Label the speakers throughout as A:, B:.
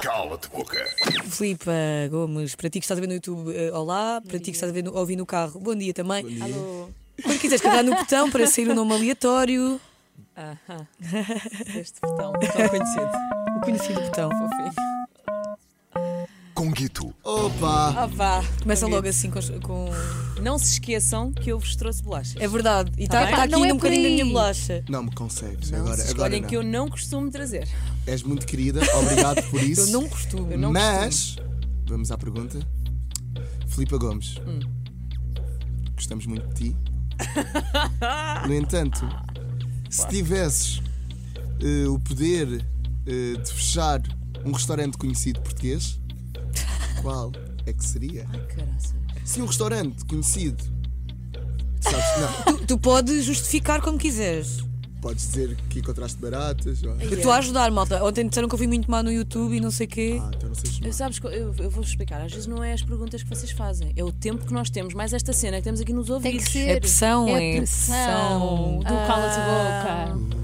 A: Cala-te, boca.
B: Filipe ah, Gomes, para ti que estás a ver no YouTube, ah, olá. Para ti que estás a ver no, a ouvir no carro, bom dia também.
C: Alô.
B: Quando quiseres carregar no botão para sair o nome aleatório,
C: Aham. Este botão, botão conhecido.
B: o conhecido botão.
C: Fofinho.
A: Conguito.
D: Opa!
C: Ah, vá.
B: Começa
C: Convido.
B: logo assim com. com-
C: Não se esqueçam que eu vos trouxe bolachas.
B: É verdade. E está
C: bem?
B: está
C: Ah,
B: aqui
E: não é
B: ainda um
E: por
B: bocadinho da minha
E: aí.
B: bolacha.
D: Não me consegues.
C: Não
D: agora
C: se
D: agora
C: escolhem
D: não.
C: que eu não costumo trazer.
D: És muito querida, obrigado por isso.
B: Eu não costumo.
C: Eu não
D: Mas, vamos à pergunta. Filipa Gomes, gostamos muito de ti. No entanto, se tivesses eh, o poder eh, de fechar um restaurante conhecido português, qual é que seria?
C: Caraças.
D: Se um restaurante conhecido. Sabes,
B: Tu, tu podes justificar como quiseres.
D: não, podes dizer que encontraste baratas. Ou...
B: Eu estou a ajudar, malta. Ontem disseram que eu fui muito má no YouTube e não sei o quê.
D: Ah, então não sejas má.
C: Eu, sabes, que eu, eu vou-vos explicar. Às vezes não é as perguntas que vocês fazem, é o tempo que nós temos, mais esta cena que temos aqui nos
E: Tem
C: ouvidos.
E: que ser.
B: É pressão, é
E: é pressão.
B: pressão.
E: Do cala-te boca.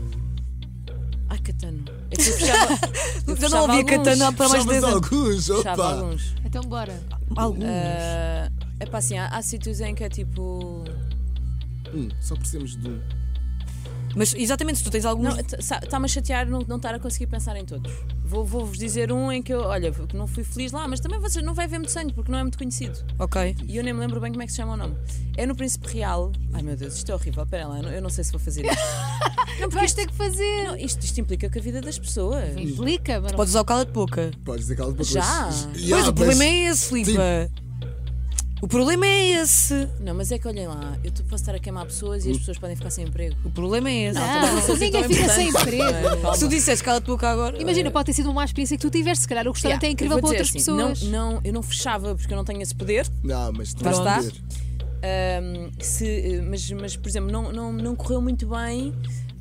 C: Ai, Catano. É que eu fechava. eu
B: eu não
C: fechava
B: ouvi a
C: alguns.
B: Catana para mais de
D: Chamavas
B: 10 anos.
D: alguns,
C: Fechava
B: um.
D: opa!
C: alguns.
E: Então bora.
B: Alguns.
C: É pá, assim, há, há sítios em que é tipo.
D: Um, só precisamos de um.
B: Mas exatamente, se tu tens alguns.
C: Está-me a chatear não não estar a conseguir pensar em todos. Vou- Vou-vos dizer um em que eu, olha, que não fui feliz lá, mas também vocês não vai ver muito sangue porque não é muito conhecido.
B: Ok.
C: E eu nem me lembro bem como é que se chama o nome. É no Príncipe Real. Ai meu Deus, isto é horrível. Espera lá, eu não- eu não sei se vou fazer isto.
E: Não vais ter que fazer.
C: Não, isto, isto implica com a vida das pessoas.
E: Implica, mas não-
B: Podes usar o cala de boca.
D: Podes dizer cala de boca.
C: Já?
D: Ah, Mas...
B: Pois,
D: Yeah,
B: o problema
D: mas-
B: é esse, Filipe. O problema é esse.
C: Não, mas é que olhem lá, eu tu- posso estar a queimar pessoas
E: Hum.
C: e as pessoas podem ficar sem emprego.
B: O problema é esse.
E: Ah, ninguém
C: tão
E: fica sem
C: importante.
E: emprego.
C: Não é?
B: Se tu disseste cala de boca agora.
E: Imagina, pode ter sido uma má experiência que tu tiveste. Se calhar o restaurante
C: Yeah,
E: é
C: eu
E: incrível
C: vou
E: para
C: dizer
E: outras
C: assim,
E: pessoas.
C: Não, não, eu não fechava porque eu não tenho esse poder.
D: Não, mas tu
B: Pronto.
D: vais dizer.
C: Ahm, se, eh, mas, mas, por exemplo, não, não, não correu muito bem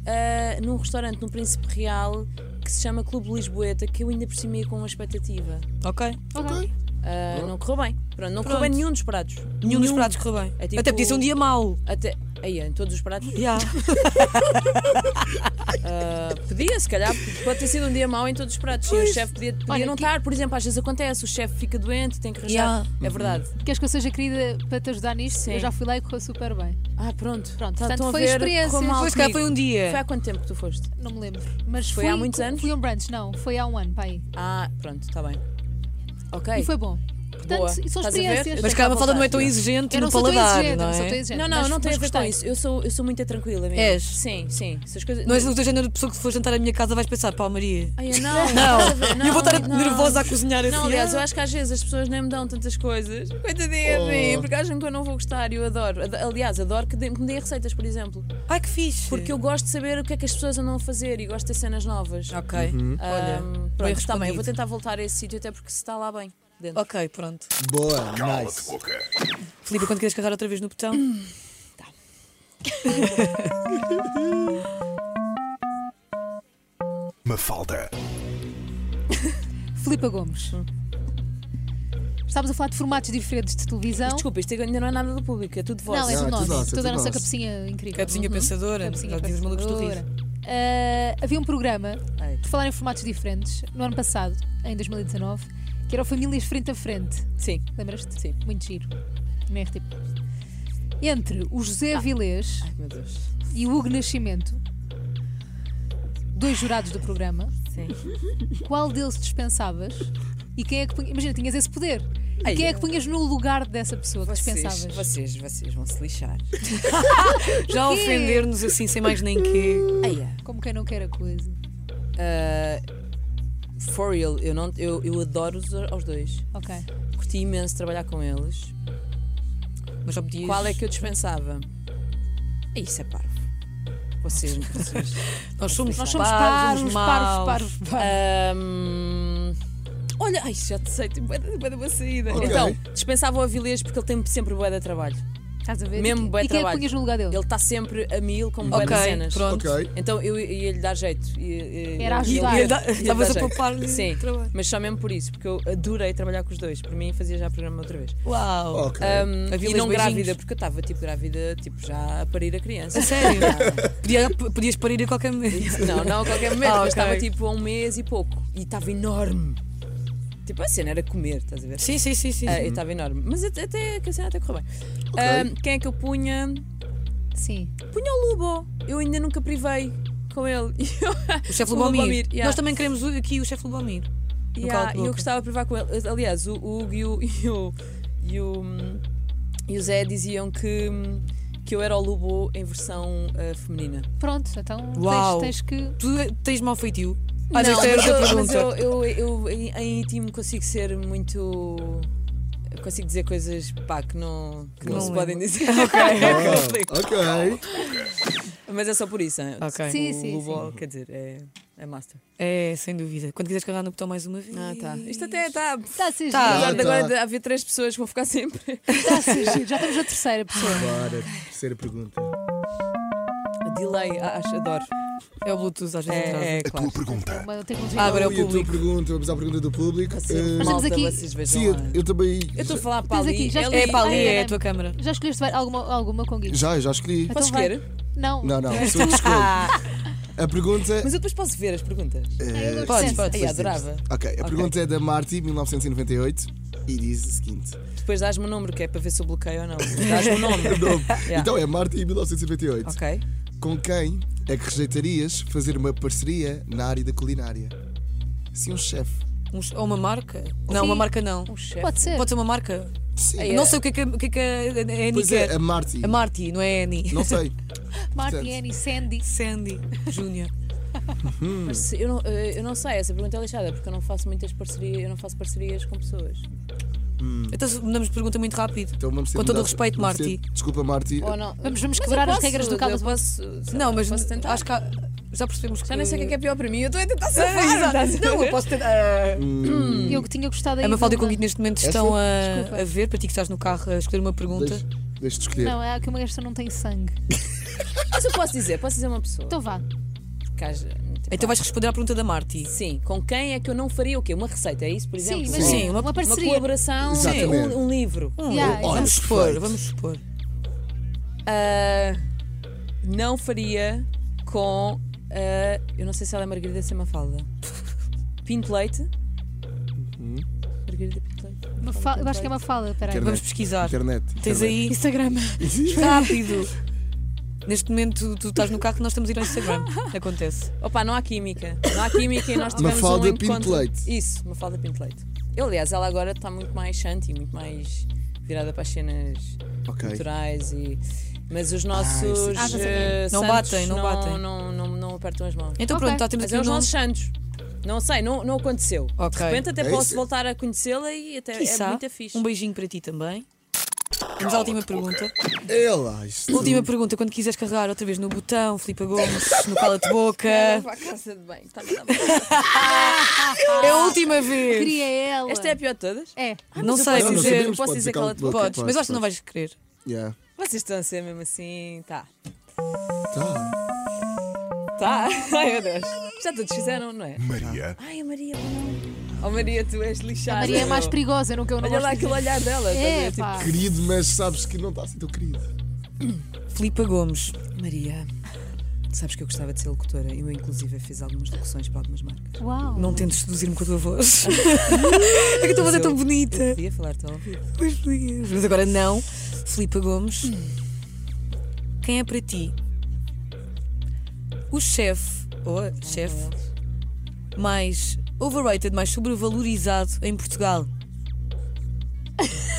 C: ah, num restaurante no Príncipe Real que se chama Clube Lisboeta, que eu ainda por cima ia com uma expectativa.
B: Ok.
E: Ok.
C: Ah, não correu bem. Pronto, não correu
B: Pronto.
C: bem nenhum dos pratos.
B: Nenhum dos pratos correu bem.
C: É tipo-
B: Até podia ser um dia mau.
C: Até. Aí, em todos os pratos.
B: Yeah.
C: Ah, podia, se calhar, pode ter sido um dia mau em todos os pratos. Sim, o chefe podia, podia
E: Olha,
C: não
E: que-
C: estar. Por exemplo, às vezes acontece, o chefe fica doente, tem que rachar.
B: Yeah.
C: É verdade.
E: Queres que eu seja querida para te ajudar nisto?
C: Sim.
E: Eu já fui lá e correu super bem.
C: Ah, pronto.
E: Pronto,
C: Tá-
E: portanto,
C: estão a
E: foi a
C: ver,
E: experiência.
C: correu mal
B: Pois, se calhar
C: comigo.
B: foi um dia.
C: Foi há quanto tempo que tu foste?
E: Não me lembro. Mas
C: Foi
E: fui,
C: há muitos anos?
E: Fui a um brunch, não. Foi há um ano, pai.
C: Ah, pronto, está bem. Ok.
E: E foi bom. Portanto,
C: Boa.
E: são
C: Estás a ver?
E: experiências.
B: Mas
C: Tem que
B: calma, a falta não é
C: voltar.
B: tão exigente
E: Eu não
B: no
E: sou tão
B: paladar,
E: exigente, eu
B: não
E: não sou tão
B: é?
E: exigente.
C: Não, não,
E: mas-
C: não tem
E: mas
C: a ver com
E: gostei.
C: isso. Eu sou, eu sou muito tranquila mesmo.
B: És?
C: Sim, sim. Essas coisas.
B: Não és do género de pessoa que se fores jantar à minha casa vais pensar, pá, Maria.
C: Ai, eu não.
B: Não,
C: estás a ver?
B: eu vou estar
C: não.
B: nervosa a cozinhar assim.
C: Não, aliás, eu acho que às vezes as pessoas nem me dão tantas coisas. Coitadinha de
B: Oh.
C: mim, porque acham que eu não vou gostar e eu adoro. Ad- Aliás, adoro que, dê- que me deem receitas, por exemplo.
B: Ai, que fixe.
C: Porque eu gosto de saber o que é que as pessoas andam a fazer e gosto de ter cenas novas.
B: Ok. Ah,
C: Olha,
B: bem
C: pronto, está bem. Eu vou
B: respondido. Oh.
C: tentar voltar a esse sítio, até porque se está lá bem. Dentro.
B: Ok, pronto.
D: Boa,
A: Cala-te,
D: nice.
A: boca.
B: Filipe, quando queres carregar outra vez no botão?
A: Mafalda.
E: Filipa Gomes.
C: Hum.
E: Estávamos a falar de formatos diferentes de televisão.
C: Desculpa, isto ainda não é nada do público, é tudo vosso.
E: Não, é
D: Não,
E: tudo
D: é tudo
E: nosso.
D: nosso, é
E: Toda a
D: tudo
E: nossa
D: nosso.
E: cabecinha
C: Uhum.
E: incrível.
C: é
E: Uhum.
B: Cabecinha é pensadora.
E: Cabecinha
B: já diz malucos do
E: pensadora.
B: riso.
E: Ah, havia um programa,
C: Ai.
E: por falar em formatos diferentes, no ano passado, em 2019, que era o Famílias Frente a Frente.
C: Sim.
E: Lembras-te? Sim. Muito giro. Na RTP. Entre o José Avilés
C: Ah. Ai, meu Deus.
E: e o Hugo Nascimento, dois jurados do programa,
C: Sim.
E: qual deles dispensavas e quem é que punhas? Imagina, tinhas esse poder. E
C: Ai,
E: quem é
C: eu-
E: que punhas no lugar dessa pessoa que dispensavas?
C: Vocês, vocês, vocês vão se lixar.
B: Já
E: quê?
B: ofender-nos assim, sem mais nem quê.
C: Ai, é.
E: Como quem não quer a coisa.
C: Uh, for real, eu, não, eu, eu adoro-os a- aos dois.
E: Ok. Então,
C: Curti imenso trabalhar com eles.
B: Mas já podias.
C: Qual é que eu dispensava? É Isso é parvo. Vocês, vocês.
B: Nós somos
E: Nós somos
B: parvos,
E: parvos, parvos,
B: maus.
E: parvos, parvos.
C: Ahm, olha, ai, já te sei, tipo, boa da boa saída.
D: Ok.
C: Então, dispensava o Avilés porque ele tem sempre boa de trabalho.
E: Estás a ver?
C: mesmo
E: e,
C: bué
E: e quem é que
C: trabalho.
E: punhas no lugar dele?
C: Ele está sempre a mil com bué de
B: Ok,
C: cenas.
B: pronto.
D: Ok.
C: Então eu ia lhe dar jeito. e- e-
E: Era
B: E- e-
E: Ajudar.
B: e-
C: Ia-lhe
B: Estavas
C: dar
B: a
C: jeito.
B: poupar-lhe
C: Sim,
B: trabalho.
C: mas só mesmo por isso, porque eu adorei trabalhar com os dois. Por mim, fazia já programa outra vez.
B: Uau.
D: Ok.
C: Hum,
B: Havia
C: e
B: dois
C: não
B: beijinhos.
C: grávida, porque eu estava tipo grávida, tipo já a parir a criança.
B: A sério? Podia- podias parir a qualquer momento.
C: Não, não a qualquer momento,
B: Ah,
C: mas
B: ok.
C: estava tipo há um mês e pouco. E estava enorme. Tipo, a cena era comer, estás a ver?
B: Sim, sim, sim, sim.
C: Ah, eu estava enorme. Mas até, até- que a cena até correu bem. Ah, quem é que eu punha?
E: Sim.
C: Punha o Lubo. Eu ainda nunca privei com ele.
B: o chefe
C: o
B: Lubomir.
C: Lubomir, yeah.
B: Nós também queremos o- aqui o chefe Lubomir. no colo
C: Yeah,
B: de
C: e eu
B: boca.
C: gostava de provar com ele. Aliás, o o Hugo e o, e o, e o, e o Zé diziam que, que eu era o Lubo em versão ah, feminina.
E: Pronto, então tens-
B: Uau.
E: tens que.
B: Tu tens mau feitio? Olha,
C: Não,
B: esta era
C: mas
B: outra
C: eu-
B: pergunta.
C: mas eu, eu, eu em- em íntimo consigo ser muito. Consigo dizer coisas pá, que não, que não,
B: Não
C: se
B: lembro.
C: podem dizer. ok,
D: Ah, ok.
C: Mas é só por isso. hein?
B: Ok.
E: Sim,
C: o
E: sim,
C: Lubo, quer dizer, é, é master.
B: É, sem dúvida. Quando quiseres carregar no botão mais uma vez.
E: Ah,
C: Ah,
E: tá.
C: Isto até está.
E: Está a ser
B: Tá.
E: giro.
C: Apesar de
D: tá.
C: agora de haver três pessoas que vão ficar sempre.
E: Está a ser giro. Já estamos na terceira pessoa.
D: Bora, terceira pergunta.
C: Delay, acho, adoro.
B: É o Bluetooth às vezes
E: tá.
B: atrasa.
C: É, é claro.
A: pergunta.
E: Uma tecnologia.
B: Ah, agora é o
D: Ui, a tua
B: público.
D: pergunta, vamos à pergunta do público.
C: Assim,
D: Ah,
B: é
E: Mas
C: malta,
E: estamos aqui-
C: vocês
D: sim,
C: vejam
D: eu,
C: lá.
D: eu também.
C: Eu estou a falar para
E: Tens
C: ali.
E: aqui, já
C: ela-
E: escolhi-
B: É para ali,
E: Ai,
B: é
E: ai,
B: a tua câmara.
E: Já escolheste vai- alguma, alguma com Gui?
D: Já, já escolhi.
E: Então
C: Posso
E: vai.
C: escolher?
B: é
E: Não.
D: Não, não, sou eu que escolho. A pergunta. é-
C: Mas eu depois posso ver as perguntas.
E: É,
B: Podes,
E: podes,
B: podes.
E: podes.
C: Ai, adorava.
D: Ok, a pergunta é da Marty, 1998, e diz o seguinte:
C: Depois dás-me o número, que é para ver se eu bloqueio ou não. Dás-me o nome.
D: Não,
C: Yeah.
D: Então é Marty, 1998.
C: Ok.
D: Com quem é que rejeitarias fazer uma parceria na área da culinária? Sim, um chefe.
B: Um ch- ou uma marca? Não,
E: Sim.
B: uma marca não.
C: Um chefe.
E: Pode ser.
B: Pode ser uma marca?
D: Sim.
C: Ai, É.
B: Não sei o que é que, a- o que, é que a a Annie
D: Pois é,
B: quer.
D: a Marty.
B: A Marty, não é a Annie?
D: Não sei.
E: Martin,
D: Portanto.
E: Annie, Sandy.
B: Sandy Júnior.
C: Mas se- eu, não, eh, eu não sei, essa pergunta é lixada, porque eu não faço muitas parcerias, eu não faço parcerias com pessoas.
B: Então se- mudamos de pergunta muito rápido.
D: Então vamos ter
B: Com todo o
D: mudado.
B: respeito,
D: Vamos
B: Marty.
D: ter- Desculpa, Marty.
C: Ou não.
E: Vamos-
C: Mas
E: vamos
C: eu
E: quebrar as
C: posso,
E: regras do Caldas
C: Então, eu posso, sei
B: não,
C: lá,
B: mas
C: posso tentar.
B: acho que há- já percebemos que.
C: Já nem sei o que é que é pior para mim, eu estou a tentar
B: Ah, exato.
C: safar.
B: Não, eu posso tentar.
E: Eu que tinha gostado aí.
B: A Mafalda e
E: de
B: o
E: uma-
B: Conguito neste momento
D: Esta?
B: estão a,
E: Desculpa.
B: a ver, para ti que estás no carro a escolher uma pergunta.
D: Deixa- Deixa-te escolher.
E: Não, é que uma gasta não tem sangue.
C: Mas eu posso dizer, posso dizer uma pessoa.
E: Então vá.
C: Porque haja- tipo,
B: Então vais responder à pergunta da Marty.
C: Sim, com quem é que eu não faria o quê? Uma receita, é isso, por exemplo?
E: Sim, mas
B: Sim,
E: sim,
B: uma-
E: uma,
B: uma
C: Uma
E: parceria.
C: colaboração,
D: Exatamente.
C: um, um livro.
B: Hum,
E: Yeah,
B: vamos
D: exato.
B: expor, vamos expor.
C: Ah, não faria com. ah, eu não sei se ela é Margarida Semafalda. Pinto Leite.
D: Uhum.
C: Margarida Pinto Leite.
E: Uma fa- Eu acho que é uma fala. Peraí.
D: Quero
B: Vamos
D: Internet.
B: pesquisar.
D: Internet.
B: Tens
D: internet.
B: aí. Instagram. Rápido. Neste momento tu estás no carro e nós estamos a ir ao Instagram. Acontece.
C: Opa, não há química. Não há química e nós tivemos
D: Mafalda
C: um encontro.
D: Pinto Leite.
C: Isso, Mafalda Pinto Leite. Eu, aliás, ela agora está muito mais shanty, muito mais virada para as cenas
D: Ok.
C: culturais e. Mas os
D: isso é
C: nossos.
D: que- Ah, já
C: eh,
B: Não
C: santos
B: batem, não
C: não
B: batem.
C: Não, não, não apertam as mãos.
B: Então
E: Ok.
B: pronto, já temos
C: Mas
B: aqui
C: é
B: o
C: os
B: nome.
C: nossos santos. Não sei, não, não aconteceu.
B: Ok.
C: De repente até
D: É
C: posso
D: isso.
C: voltar a conhecê-la e até
B: Quiçá,
C: é muito fixe.
B: Um beijinho para ti também. Vamos à última pergunta.
D: É lá, isto.
B: Última pergunta, quando quiseres carregar outra vez no botão, Filipa Gomes, no cala-te boca.
C: Vá à casa de bem. Tá,
B: É a última vez.
E: Queria ela.
C: Esta é a pior de todas?
E: É.
B: Não sei
D: posso
B: dizer.
C: posso
D: sabemos, pode
C: dizer
D: dizer
C: que ela
D: cala-te
C: te
D: boca.
B: Podes, mas
D: Podes,
B: acho que não
D: podes.
B: vais querer.
D: Yeah.
C: Vocês estão a ser mesmo assim. Tá.
B: Então.
D: Tá.
C: Tá. Ai meu Deus. Já todos fizeram, não é?
A: Maria.
C: Ai, a Maria. não. Oh Maria, tu és lixada.
E: A Maria é mais perigosa, não que eu não
C: Olha lá
E: gosto de
C: aquele olhar dela. estás
E: dizer.
C: a ver,
E: É,
C: tipo,
E: pá.
D: Querido, mas sabes que não está assim tão querido.
B: Filipa Gomes.
C: Maria. Sabes que eu gostava de ser locutora. Eu, inclusive, fiz algumas locuções para algumas marcas.
E: Uau.
B: Não tentes seduzir-me com a tua voz. é que a tua voz é tão
C: Eu
B: bonita.
C: podia falar-te ao ouvido.
B: Pois podias. Mas agora não. Filipa Gomes. Quem é para ti? O chefe, ou a chefe, mais overrated, mais sobrevalorizado em Portugal.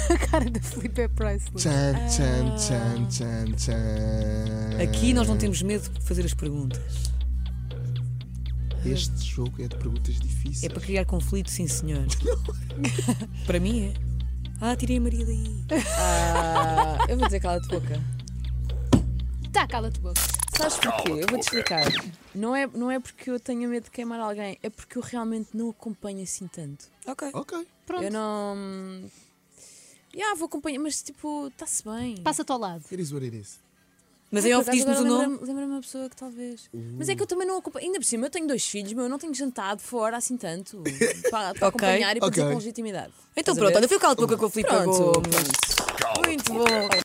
E: A cara da Felipe é priceless.
D: Tchan,
B: Ah.
D: tchan, tchan, tchan, tchan.
B: Aqui nós não
D: É.
B: temos medo de fazer as perguntas.
D: Este jogo é de perguntas difíceis.
B: É para criar conflito, sim senhor. para mim é. Ah, tirei a Maria daí.
C: Ah, eu vou dizer cala-te boca.
E: Tá, cala-te boca.
C: Sabes porquê? Eu vou-te explicar. Não é, não é porque eu tenha medo de queimar alguém, é porque eu realmente não acompanho assim tanto.
B: Ok.
D: Ok.
E: Pronto.
C: Eu não. Ah, vou acompanhar, mas tipo, está-se bem.
E: Passa-te ao lado.
D: It is what it is.
B: Mas em off diz-nos o nome. Hum.
C: Lembra-me uma pessoa que talvez. Mas é que eu também não acompanho. Ainda por cima, eu tenho dois filhos, meu, eu não tenho jantado fora assim tanto. Para,
B: Ok.
C: para acompanhar e para dizer
D: Ok.
C: com legitimidade.
B: Então
C: Estás a
B: pronto,
C: ver?
B: olha, foi o cala-te boca com a Filipe
C: Pronto.
B: Gomes. Muito bom.